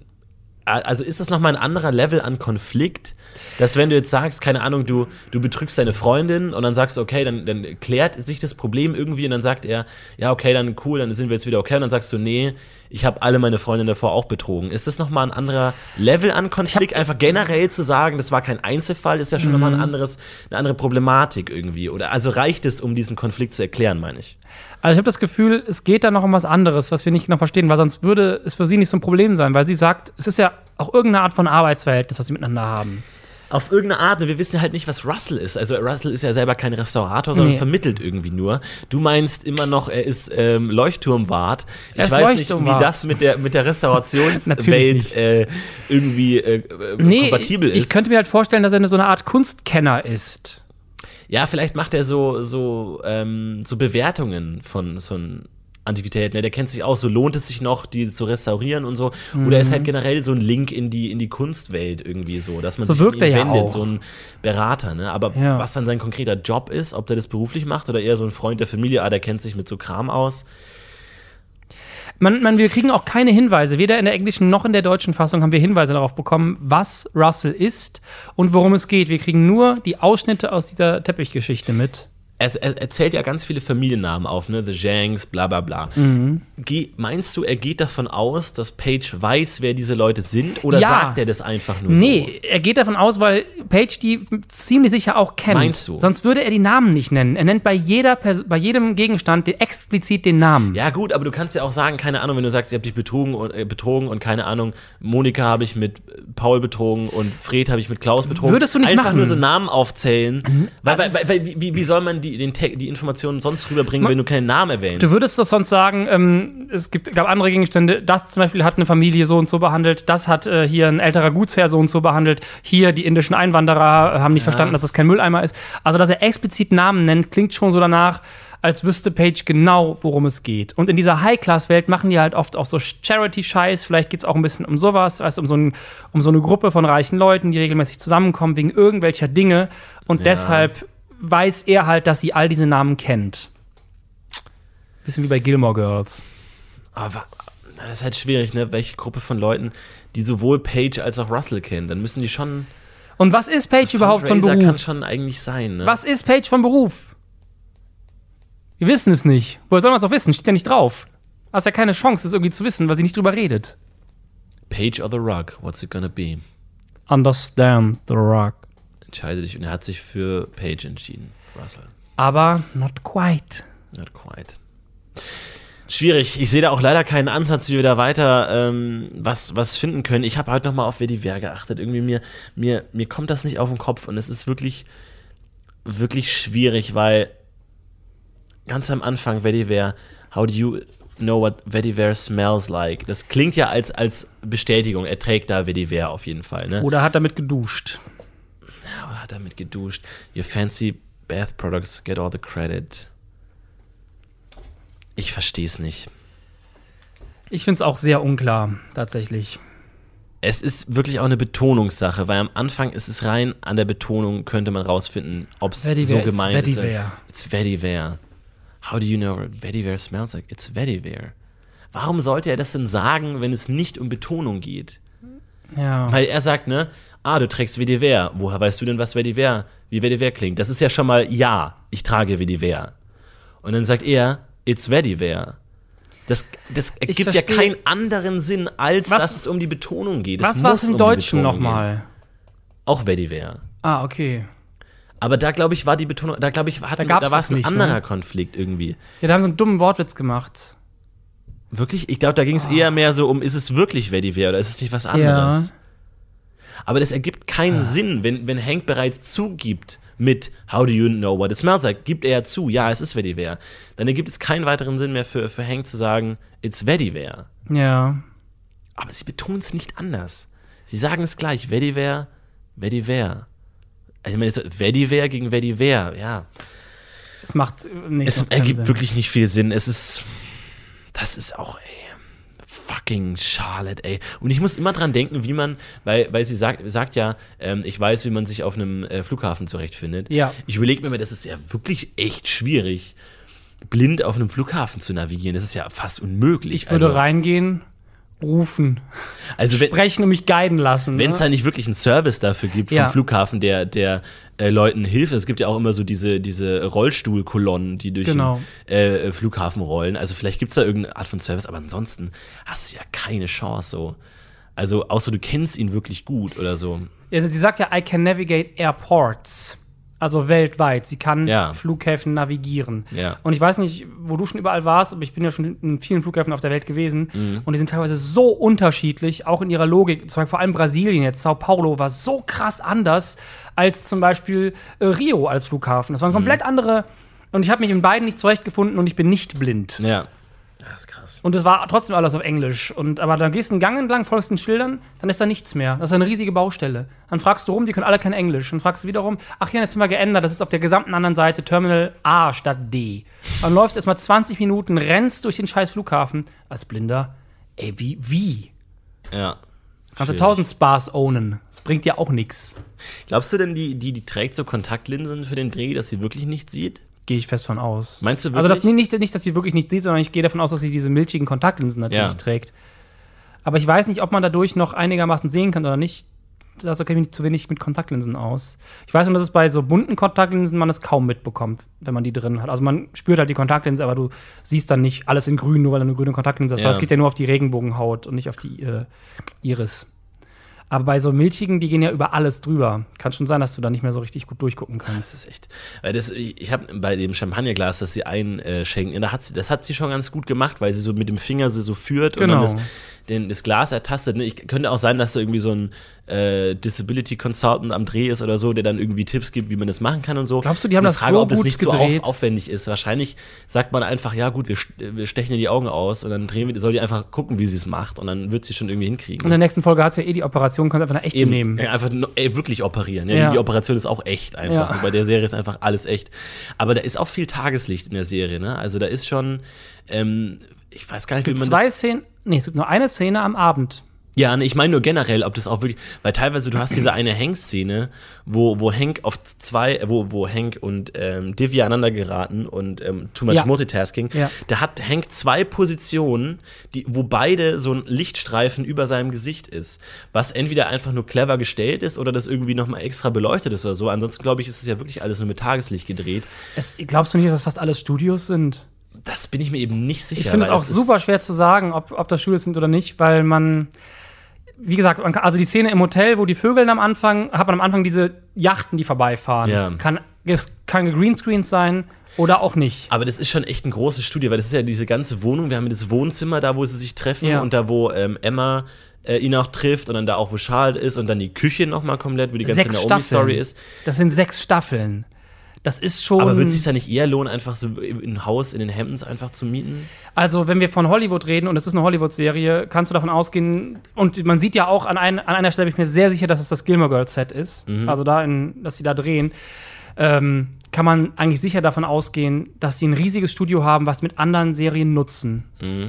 A: a- also ist das nochmal ein anderer Level an Konflikt, dass wenn du jetzt sagst, keine Ahnung, du, du betrügst deine Freundin und dann sagst du, okay, dann, dann klärt sich das Problem irgendwie und dann sagt er, ja, okay, dann cool, dann sind wir jetzt wieder okay und dann sagst du, nee, ich habe alle meine Freundinnen davor auch betrogen. Ist das nochmal ein anderer Level an Konflikt, einfach generell zu sagen, das war kein Einzelfall, ist ja schon nochmal ein anderes, eine andere Problematik irgendwie. Oder also reicht es, um diesen Konflikt zu erklären, meine ich.
B: Also ich habe das Gefühl, es geht da noch um was anderes, was wir nicht genau verstehen, weil sonst würde es für sie nicht so ein Problem sein, weil sie sagt, es ist ja auch irgendeine Art von Arbeitsverhältnis, was sie miteinander haben.
A: Auf irgendeine Art, wir wissen halt nicht, was Russell ist. Also Russell ist ja selber kein Restaurator, sondern
B: Nee.
A: vermittelt irgendwie nur. Du meinst immer noch, er ist ähm, Leuchtturmwart. Ich
B: Er ist
A: weiß nicht,
B: Leuchtturmwart.
A: wie das mit der, mit der
B: Natürlich
A: Restaurationswelt
B: nicht.
A: äh, irgendwie äh, äh, kompatibel
B: ich, ich
A: ist.
B: könnte mir halt vorstellen, dass er eine- so eine Art Kunstkenner ist.
A: ja, vielleicht macht er so, so, ähm, so Bewertungen von so einem Antiquitäten. Ne? Der kennt sich aus, so lohnt es sich noch, die zu restaurieren und so. Oder ist halt
B: Mhm.
A: generell so ein Link in die, in die Kunstwelt irgendwie so, dass man
B: So
A: sich an
B: wirkt er
A: ihn
B: ja
A: wendet,
B: auch.
A: so ein Berater. Ne? Aber
B: Ja.
A: was dann sein konkreter Job ist, ob der das beruflich macht oder eher so ein Freund der Familie, ah, der kennt sich mit so Kram aus.
B: Man, man, wir kriegen auch keine Hinweise, weder in der englischen noch in der deutschen Fassung haben wir Hinweise darauf bekommen, was Russell ist und worum es geht. Wir kriegen nur die Ausschnitte aus dieser Teppichgeschichte mit.
A: Er, er, er zählt ja ganz viele Familiennamen auf, ne? The Jangs, bla bla bla.
B: Mhm.
A: Geh, meinst du, er geht davon aus, dass Paige weiß, wer diese Leute sind? Oder
B: Ja.
A: sagt er das einfach nur so?
B: Nee, er geht davon aus, weil Page die ziemlich sicher auch kennt.
A: Meinst du?
B: Sonst würde er die Namen nicht nennen. Er nennt bei, jeder Pers bei jedem Gegenstand den, explizit den Namen.
A: Ja, gut, aber du kannst ja auch sagen, keine Ahnung, wenn du sagst, ich habe dich betrogen und, äh, betrogen und keine Ahnung, Monika habe ich mit äh, Paul betrogen und Fred habe ich mit Klaus betrogen.
B: Würdest du nicht
A: Einfach
B: machen.
A: nur so Namen aufzählen. Weil, weil,
B: Also
A: weil, weil, wie, wie soll man die, den, Te- die Informationen sonst rüberbringen, wenn du keinen Namen erwähnst?
B: Du würdest doch sonst sagen, ähm, es gibt, gab andere Gegenstände. Das zum Beispiel hat eine Familie so und so behandelt. Das hat äh, hier ein älterer Gutsherr so und so behandelt. Hier die indischen Einwanderer äh, haben nicht verstanden, dass das kein Mülleimer ist. Also, dass er explizit Namen nennt, klingt schon so danach, als wüsste Page genau, worum es geht. Und in dieser High-Class-Welt machen die halt oft auch so Charity-Scheiß. Vielleicht geht es auch ein bisschen um sowas, weißt, du, um, so ein, um so eine Gruppe von reichen Leuten, die regelmäßig zusammenkommen wegen irgendwelcher Dinge. Und deshalb weiß er halt, dass sie all diese Namen kennt. Bisschen wie bei Gilmore Girls.
A: Aber Ah, na, das ist halt schwierig, ne? Welche Gruppe von Leuten, die sowohl Paige als auch Russell kennen, dann müssen die schon.
B: Und was ist Paige überhaupt von
A: Fundraiser kann
B: Beruf?
A: schon eigentlich sein, ne?
B: Was ist Paige von Beruf? Wir wissen es nicht. Woher soll man es auch wissen? Steht ja nicht drauf. Hast ja keine Chance, das irgendwie zu wissen, weil sie nicht drüber redet.
A: Paige or the Rug, what's it gonna be?
B: Understand the rock.
A: Entscheide dich. Und er hat sich für Paige entschieden, Russell.
B: Aber not quite.
A: Not quite. Schwierig. Ich sehe da auch leider keinen Ansatz, wie wir da weiter ähm, was, was finden können. Ich habe heute nochmal auf Vetiver geachtet. Irgendwie mir, mir, mir kommt das nicht auf den Kopf und es ist wirklich, wirklich schwierig, weil ganz am Anfang Vetiver, how do you know what Vetiver smells like? Das klingt ja als, als Bestätigung. Er trägt da Vetiver auf jeden Fall. Ne?
B: Oder hat damit geduscht.
A: Oder hat damit geduscht? Your fancy bath products get all the credit. Ich verstehe es nicht.
B: Ich finde es auch sehr unklar, tatsächlich.
A: Es ist wirklich auch eine Betonungssache, weil am Anfang ist es rein an der Betonung, könnte man rausfinden, ob es
B: Vetiver,
A: so
B: it's
A: gemeint ist.
B: Vetiver.
A: It's Vetiver. How do you know what Vetiver smells like? It's Vetiver. Warum sollte er das denn sagen, wenn es nicht um Betonung geht?
B: Ja.
A: Weil er sagt, ne, ah, du trägst Vetiver. Woher weißt du denn, was Vetiver, wie Vetiver klingt? Das ist ja schon mal, ja, ich trage Vetiver. Und dann sagt er, it's Vetiver. Das, das ergibt ja
B: verstehe.
A: keinen anderen Sinn, als
B: Was-
A: dass es um die Betonung geht. Es
B: Was war es
A: muss
B: im
A: um die
B: Deutschen
A: Betonung
B: nochmal?
A: Gehen. Auch Vetiver.
B: Ah, okay.
A: Aber da, glaube ich, war die Betonung, da, glaube ich, hatten,
B: gab's
A: da war
B: das
A: es ein
B: nicht, ne?
A: anderer Konflikt irgendwie.
B: Ja, da haben sie einen dummen Wortwitz gemacht.
A: Wirklich? Ich glaube, da ging es eher mehr so um, ist es wirklich Vetiver oder ist es nicht was anderes? Aber das ergibt keinen Sinn, wenn, wenn Hank bereits zugibt mit How do you know what it smells like? Gibt er ja zu, ja, es ist Vetiver. Dann ergibt es keinen weiteren Sinn mehr für, für Hank zu sagen, it's Vetiver.
B: Ja.
A: Aber sie betonen es nicht anders. Sie sagen es gleich, Vetiver, Vetiver. Also ich meine, es ist Vetiver gegen Vetiver, ja.
B: Es macht äh, nicht
A: Es
B: macht keinen
A: ergibt
B: Sinn.
A: wirklich nicht viel Sinn. Es ist. Das ist auch, ey. Fucking Charlotte, ey. Und ich muss immer dran denken, wie man, weil, weil sie sagt, sagt ja, ähm, ich weiß, wie man sich auf einem äh, Flughafen zurechtfindet.
B: Ja.
A: Ich überlege mir, mal, das ist ja wirklich echt schwierig, blind auf einem Flughafen zu navigieren. Das ist ja fast unmöglich.
B: Ich würde
A: also,
B: reingehen, rufen,
A: Also, wenn,
B: brechen und mich guiden lassen.
A: Wenn es
B: ne?
A: da nicht wirklich einen Service dafür gibt vom
B: Ja.
A: Flughafen, der, der äh, Leuten hilft. Es gibt ja auch immer so diese, diese Rollstuhlkolonnen, die durch
B: Genau.
A: den äh, Flughafen rollen. Also vielleicht gibt es da irgendeine Art von Service, aber ansonsten hast du ja keine Chance so. Also außer du kennst ihn wirklich gut oder so.
B: ja, sie sagt ja, I can navigate airports. Also weltweit. Sie kann
A: Ja.
B: Flughäfen navigieren.
A: Ja.
B: Und ich weiß nicht, wo du schon überall warst, aber ich bin ja schon in vielen Flughäfen auf der Welt gewesen.
A: Mhm.
B: Und die sind teilweise so unterschiedlich, auch in ihrer Logik. Zum Beispiel vor allem Brasilien jetzt. Sao Paulo war so krass anders als zum Beispiel äh, Rio als Flughafen. Das waren
A: Mhm.
B: komplett andere. Und ich habe mich in beiden nicht zurechtgefunden und ich bin nicht blind.
A: Ja. Das ist krass.
B: Und es war trotzdem alles auf Englisch. Und, aber dann gehst du einen Gang entlang, folgst den Schildern, dann ist da nichts mehr. Das ist eine riesige Baustelle. Dann fragst du rum, die können alle kein Englisch. Dann fragst du wiederum, ach ja, das haben wir geändert, das ist auf der gesamten anderen Seite Terminal A statt D. Dann läufst erstmal 20 Minuten, rennst durch den scheiß Flughafen als Blinder. Ey, wie, wie?
A: Ja.
B: Kannst du
A: Schwierig.
B: 1000 Spars ownen. Das bringt dir auch nichts.
A: Glaubst du denn, die, die, die trägt so Kontaktlinsen für den Dreh, dass sie wirklich nicht sieht?
B: Gehe ich fest von aus.
A: Meinst du
B: Also das,
A: wirklich?
B: nicht, nicht, dass sie wirklich nichts sieht, sondern ich gehe davon aus, dass sie diese milchigen Kontaktlinsen natürlich
A: Ja.
B: trägt. Aber ich weiß nicht, ob man dadurch noch einigermaßen sehen kann oder nicht. Dazu kenne ich mich zu wenig mit Kontaktlinsen aus. Ich weiß nur, dass es bei so bunten Kontaktlinsen man es kaum mitbekommt, wenn man die drin hat. Also man spürt halt die Kontaktlinse, aber du siehst dann nicht alles in grün, nur weil du eine grüne Kontaktlinse hast.
A: Ja.
B: Weil es geht ja nur auf die Regenbogenhaut und nicht auf die äh, Iris. Aber bei so milchigen, die gehen ja über alles drüber. Kann schon sein, dass du da nicht mehr so richtig gut durchgucken kannst.
A: Das ist echt. Weil das, ich habe bei dem Champagnerglas, das sie einschenken, äh, da hat sie, das hat sie schon ganz gut gemacht, weil sie so mit dem Finger so, so führt
B: Genau.
A: und dann das, den, das Glas ertastet. ne? Ich, könnte auch sein, dass da irgendwie so ein äh, Disability Consultant am Dreh ist oder so, der dann irgendwie Tipps gibt, wie man das machen kann und so.
B: Glaubst du, die haben
A: Die
B: das
A: Frage,
B: so
A: ob es
B: gut
A: nicht so
B: gedreht?
A: auf, aufwendig ist. Wahrscheinlich sagt man einfach, ja gut, wir, st- wir stechen ihr die Augen aus und dann drehen wir, soll die einfach gucken, wie sie es macht und dann wird sie schon irgendwie hinkriegen.
B: In der nächsten Folge hat es ja eh die Operation, kannst einfach eine echte nehmen.
A: Ja, äh, einfach nur- ey, wirklich operieren. Ja,
B: Ja.
A: Die, die Operation ist auch echt einfach.
B: Ja.
A: So, bei der Serie ist einfach alles echt. Aber da ist auch viel Tageslicht in der Serie. Ne? Also da ist schon, ähm, ich weiß gar nicht, wie man
B: Zwei
A: das.
B: Szenen, nee, es gibt nur eine Szene am Abend.
A: Ja, ne, ich meine nur generell, ob das auch wirklich, weil teilweise du hast diese eine Hank-Szene, wo, wo Hank auf zwei, wo, wo Hank und ähm, Divya aneinander geraten und ähm, Too Much
B: Ja.
A: Multitasking.
B: Ja.
A: Da hat Hank zwei Positionen, die, wo beide so ein Lichtstreifen über seinem Gesicht ist. Was entweder einfach nur clever gestellt ist oder das irgendwie nochmal extra beleuchtet ist oder so. Ansonsten glaube ich, ist es ja wirklich alles nur mit Tageslicht gedreht.
B: Es, glaubst du nicht, dass das fast alles Studios sind?
A: Das bin ich mir eben nicht sicher.
B: Ich finde es
A: weil
B: auch
A: das ist-
B: super schwer zu sagen, ob, ob das Studios sind oder nicht, weil man, wie gesagt, man kann, also die Szene im Hotel, wo die Vögel am Anfang, hat man am Anfang diese Yachten, die vorbeifahren.
A: Ja.
B: Kann, es kann gegreenscreent sein oder auch nicht.
A: Aber das ist schon echt ein großes Studio, weil das ist ja diese ganze Wohnung. Wir haben ja das Wohnzimmer da, wo sie sich treffen
B: Ja.
A: und da, wo ähm, Emma äh, ihn auch trifft und dann da auch, wo Charlotte ist und dann die Küche nochmal komplett, wo die ganze Naomi-Story ist.
B: Das sind sechs Staffeln. Das ist schon.
A: Aber wird es sich da nicht eher lohnen, einfach so ein Haus in den Hamptons einfach zu mieten?
B: Also, wenn wir von Hollywood reden, und es ist eine Hollywood-Serie, kannst du davon ausgehen, und man sieht ja auch an, ein, an einer Stelle, bin ich mir sehr sicher, dass es das Gilmore Girls Set ist, also da, in, dass sie da drehen, ähm, kann man eigentlich sicher davon ausgehen, dass sie ein riesiges Studio haben, was mit anderen Serien nutzen.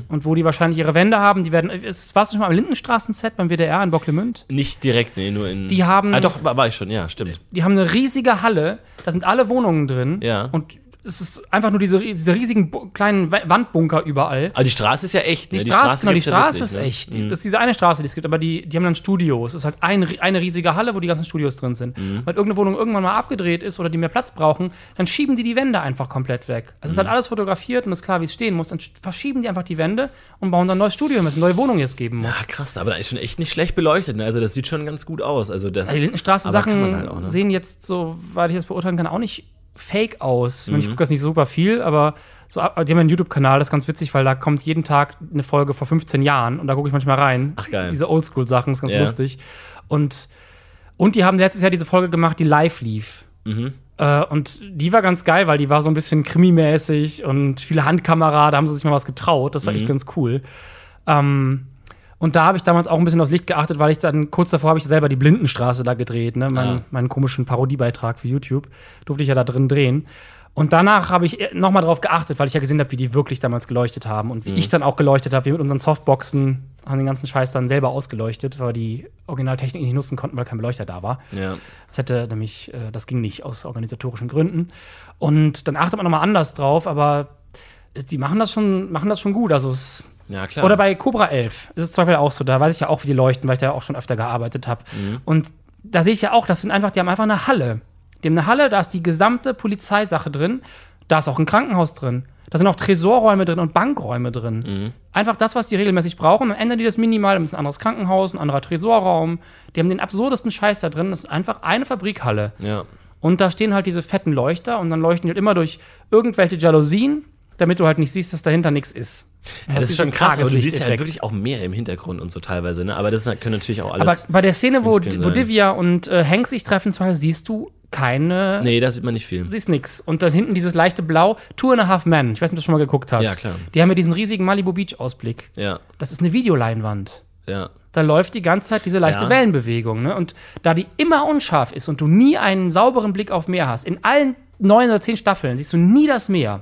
B: Und wo die wahrscheinlich ihre Wände haben, die werden, ist, warst du schon mal am Lindenstraßen-Set beim WDR in Bocklemünd?
A: Nicht direkt, nee, nur in.
B: Die haben-
A: Ah, doch, war, war ich schon, ja, stimmt.
B: Die haben eine riesige Halle, da sind alle Wohnungen drin.
A: Ja.
B: Und es ist einfach nur diese, diese riesigen Bu- kleinen Wa- Wandbunker überall.
A: Aber die Straße ist ja echt, ne?
B: Die, Straße, genau, die
A: gibt's ja
B: Straße
A: wirklich,
B: ist
A: ne?
B: echt. Die- Das ist diese eine Straße, die es gibt, aber die, die haben dann Studios. Es ist halt ein, eine riesige Halle, wo die ganzen Studios drin sind.
A: Mhm.
B: Wenn irgendeine Wohnung irgendwann mal abgedreht ist oder die mehr Platz brauchen, dann schieben die die Wände einfach komplett weg. Es
A: Mhm.
B: ist halt alles fotografiert und ist klar, wie es stehen muss. Dann sch- verschieben die einfach die Wände und bauen dann ein neues Studio, wenn es eine neue Wohnung jetzt geben muss.
A: Ah, krass, aber da ist schon echt nicht schlecht beleuchtet. Ne? Also, das sieht schon ganz gut aus. Also, das,
B: Also die
A: aber kann
B: Lindenstraße-Sachen
A: man halt auch, ne?
B: sehen jetzt, soweit ich das beurteilen kann, auch nicht fake aus. Ich,
A: Mhm.
B: meine, ich gucke das nicht super viel, aber so, ab- die haben einen YouTube-Kanal, das ist ganz witzig, weil da kommt jeden Tag eine Folge vor 15 Jahren und da gucke ich manchmal rein.
A: Ach, geil.
B: Diese Oldschool-Sachen, ist ganz
A: Ja.
B: lustig. Und, und die haben letztes Jahr diese Folge gemacht, die live lief. Äh, und die war ganz geil, weil die war so ein bisschen krimimäßig und viele Handkamera, da haben sie sich mal was getraut. Das war echt ganz cool. Ähm, und da habe ich damals auch ein bisschen aufs Licht geachtet, weil ich dann kurz davor habe ich selber die Blindenstraße da gedreht, ne? mein,
A: Ah.
B: meinen komischen Parodiebeitrag für YouTube. Durfte ich ja da drin drehen. Und danach habe ich nochmal drauf geachtet, weil ich ja gesehen habe, wie die wirklich damals geleuchtet haben und wie ich dann auch geleuchtet habe. Wir mit unseren Softboxen haben den ganzen Scheiß dann selber ausgeleuchtet, weil wir die Originaltechnik nicht nutzen konnten, weil kein Beleuchter da war.
A: Ja.
B: Das hätte nämlich, äh, das ging nicht aus organisatorischen Gründen. Und dann achtet man nochmal anders drauf, aber äh, die machen das schon, machen das schon gut. Also es,
A: Ja, klar.
B: Oder bei Cobra 11 ist es zum Beispiel auch so, da weiß ich ja auch, wie die leuchten, weil ich da auch schon öfter gearbeitet habe. Und da sehe ich ja auch, das sind einfach, die haben einfach eine Halle. Die haben eine Halle, da ist die gesamte Polizeisache drin, da ist auch ein Krankenhaus drin. Da sind auch Tresorräume drin und Bankräume drin. Einfach das, was die regelmäßig brauchen, dann ändern die das minimal, dann ist ein anderes Krankenhaus, ein anderer Tresorraum. Die haben den absurdesten Scheiß da drin. Das ist einfach eine Fabrikhalle.
A: ja.
B: Und da stehen halt diese fetten Leuchter und dann leuchten die halt immer durch irgendwelche Jalousien, damit du halt nicht siehst, dass dahinter nichts ist. also
A: Ja, das ist schon
B: dieser
A: krass, aber du siehst ja
B: Tageslichteffekt.
A: halt wirklich auch mehr im Hintergrund und so teilweise, ne? Aber das ist- können natürlich auch
B: Aber
A: alles.
B: bei der Szene, wo,
A: Windscreen
B: wo
A: sein.
B: Divya und äh, Hank sich treffen, zum Beispiel, siehst du keine.
A: nee, da sieht man nicht viel.
B: Du siehst nix. Und dann hinten dieses leichte Blau, Two and a Half Men. Ich weiß nicht, ob du schon mal geguckt hast.
A: Ja, klar.
B: Die haben ja diesen riesigen Malibu Beach-Ausblick.
A: Ja,
B: Das ist eine Videoleinwand.
A: ja.
B: Da läuft die ganze Zeit diese leichte
A: Ja.
B: Wellenbewegung. Ne? Und da die immer unscharf ist und du nie einen sauberen Blick auf Meer hast, in allen neun oder zehn Staffeln siehst du nie das Meer.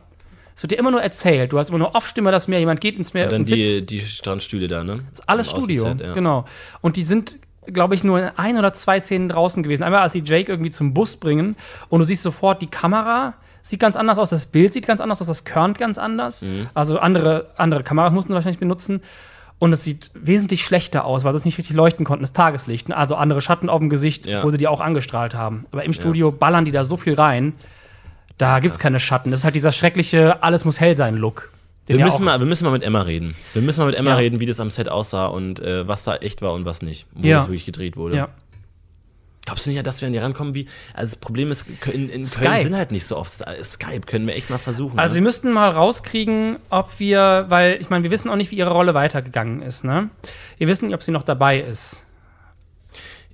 B: Es wird dir immer nur erzählt. Du hast immer nur Off-Stimme das Meer, jemand geht ins Meer.
A: Und dann
B: und Witz.
A: die, die Strandstühle da, ne?
B: Ist alles
A: Im
B: Studio,
A: Außenset, ja.
B: genau. Und die sind, glaube ich, nur in ein oder zwei Szenen draußen gewesen. Einmal, als sie Jake irgendwie zum Bus bringen und du siehst sofort die Kamera. Sieht ganz anders aus, das Bild sieht ganz anders aus, das körnt ganz anders.
A: Mhm.
B: Also andere, andere Kameras mussten wahrscheinlich benutzen. Und es sieht wesentlich schlechter aus, weil sie es nicht richtig leuchten konnten, das Tageslicht. ne? Also andere Schatten auf dem Gesicht,
A: Ja.
B: obwohl sie die auch angestrahlt haben. Aber im Studio ballern die da so viel rein, da gibt's keine Schatten. Das ist halt dieser schreckliche Alles muss hell sein Look. den
A: Wir
B: ja
A: müssen,
B: auch-
A: mal, wir müssen mal mit Emma reden. Wir müssen mal mit Emma
B: Ja.
A: reden, wie das am Set aussah und äh, was da echt war und was nicht. Wo
B: Ja.
A: das wirklich gedreht wurde.
B: ja.
A: Glaubst du nicht, dass wir an die rankommen wie. Also das Problem ist, in, in
B: Skype.
A: Köln sind halt nicht so oft. Sta- Skype können wir echt mal versuchen.
B: Also wir
A: ne?
B: müssten mal rauskriegen, ob wir, weil ich meine, wir wissen auch nicht, wie ihre Rolle weitergegangen ist, ne? Wir wissen nicht, ob sie noch dabei ist.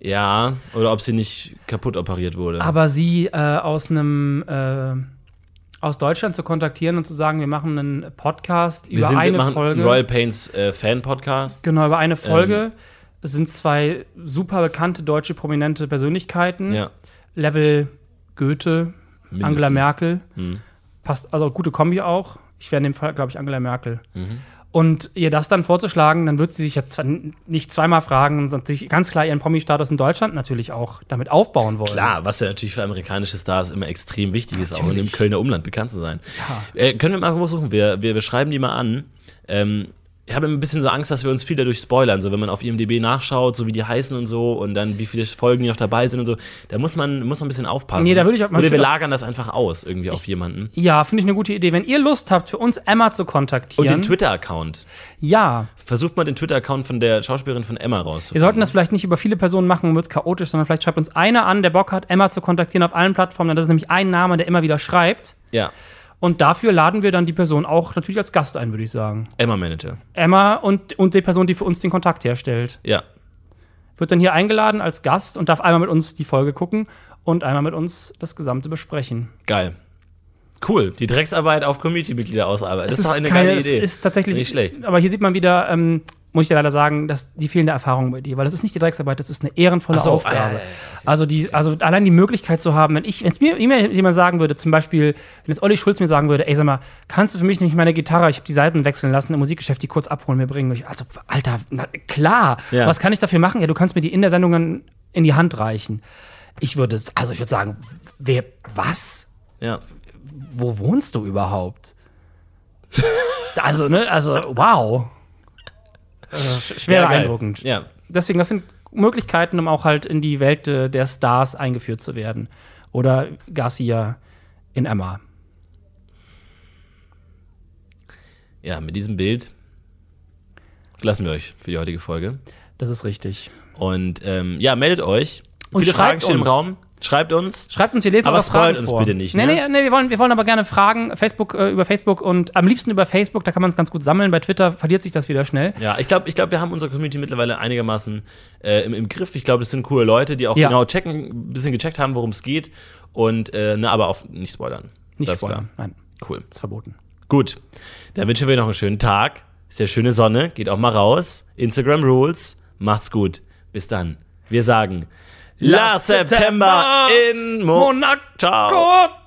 A: Ja, oder ob sie nicht kaputt operiert wurde.
B: Aber sie äh, aus einem äh, aus Deutschland zu kontaktieren und zu sagen, wir machen einen Podcast
A: wir
B: über
A: sind, wir
B: eine
A: machen
B: Folge.
A: Royal Ähm. Pains äh, Fan-Podcast.
B: Genau, über eine Folge sind zwei super bekannte deutsche prominente Persönlichkeiten.
A: Ja.
B: Level Goethe,
A: Mindestens.
B: Angela Merkel.
A: Mhm.
B: Passt, also gute Kombi auch. Ich wäre in dem Fall, glaube ich, Angela Merkel.
A: Mhm.
B: Und ihr das dann vorzuschlagen, dann wird sie sich jetzt zwar n- nicht zweimal fragen und natürlich ganz klar ihren Promi-Status in Deutschland natürlich auch damit aufbauen wollen.
A: Klar, was ja natürlich für amerikanische Stars immer extrem wichtig ist, auch in dem
B: Natürlich.
A: Kölner Umland bekannt zu sein. Äh, können wir mal versuchen, wir, wir, wir schreiben die mal an. Ähm, ich habe ein bisschen so Angst, dass wir uns viel dadurch spoilern, so wenn man auf IMDb nachschaut, so wie die heißen und so und dann wie viele Folgen die noch dabei sind und so. Da muss man, muss man ein bisschen aufpassen.
B: Nee, da würde ich auch- man
A: Oder wir
B: würde auch-
A: lagern das einfach aus irgendwie auf jemanden.
B: Ja, finde ich eine gute Idee. Wenn ihr Lust habt, für uns Emma zu kontaktieren.
A: Und den Twitter-Account.
B: Ja,
A: Versucht mal den Twitter-Account von der Schauspielerin von Emma rauszufinden.
B: wir sollten das vielleicht nicht über viele Personen machen, wird es chaotisch, sondern vielleicht schreibt uns einer an, der Bock hat, Emma zu kontaktieren auf allen Plattformen. Das ist nämlich ein Name, der immer wieder schreibt.
A: Ja,
B: Und dafür laden wir dann die Person auch natürlich als Gast ein, würde ich sagen.
A: Emma-Manager.
B: Emma und, und die Person, die für uns den Kontakt herstellt.
A: Ja.
B: wird dann hier eingeladen als Gast und darf einmal mit uns die Folge gucken und einmal mit uns das Gesamte besprechen.
A: Geil. Cool, die Drecksarbeit auf Community-Mitglieder ausarbeiten. Das ist doch eine geile Idee.
B: Es ist tatsächlich
A: Nicht schlecht.
B: Aber hier sieht man wieder, ähm, muss ich dir leider sagen, dass die fehlende Erfahrung bei dir, weil das ist nicht die Drecksarbeit, das ist eine ehrenvolle
A: Ach so,
B: Aufgabe.
A: ah, ja, ja, ja.
B: Also die, also allein die Möglichkeit zu haben, wenn ich, wenn es mir mir jemand sagen würde, zum Beispiel, wenn jetzt Olli Schulz mir sagen würde, ey, sag mal, kannst du für mich nicht meine Gitarre, ich habe die Seiten wechseln lassen im Musikgeschäft, die kurz abholen, mir bringen. Ich, also Alter, na, klar.
A: Ja.
B: Was kann ich dafür machen? Ja, du kannst mir die in der Sendung dann in die Hand reichen. Ich würde, es- also ich würde sagen, wer, was?
A: Ja.
B: wo wohnst du überhaupt? also, ne, also, wow. Also, schwer
A: Ja, geil.
B: beeindruckend.
A: Ja.
B: Deswegen, das sind Möglichkeiten, um auch halt in die Welt äh, der Stars eingeführt zu werden. Oder Garcia in Emma.
A: ja, mit diesem Bild lassen wir euch für die heutige Folge.
B: Das ist richtig.
A: Und ähm, ja, meldet euch.
B: Und
A: Viele Fragen
B: schreibt
A: stehen im
B: uns.
A: Raum. Schreibt uns.
B: Schreibt uns, wir lesen
A: Aber
B: eure Fragen
A: spoilt uns
B: vor.
A: bitte nicht,
B: Nee,
A: ne?
B: nee, nee, wir wollen, wir wollen aber gerne Fragen Facebook, äh, über Facebook und am liebsten über Facebook, da kann man es ganz gut sammeln. Bei Twitter verliert sich das wieder schnell.
A: Ja, ich glaube, ich glaub, wir haben unsere Community mittlerweile einigermaßen äh, im, im Griff. Ich glaube, das sind coole Leute, die auch
B: Ja.
A: genau checken, ein bisschen gecheckt haben, worum es geht. Und äh, ne, aber auch nicht spoilern.
B: Nicht
A: das ist
B: spoilern. Nein,
A: Klar. Cool.
B: ist verboten.
A: Gut. Dann wünschen wir noch einen schönen Tag. Ist ja schöne Sonne. Geht auch mal raus. Instagram Rules. Macht's gut. Bis dann. Wir sagen La
B: La
A: September
B: September
A: in Mo
B: Monaco!
A: Oh, Ciao.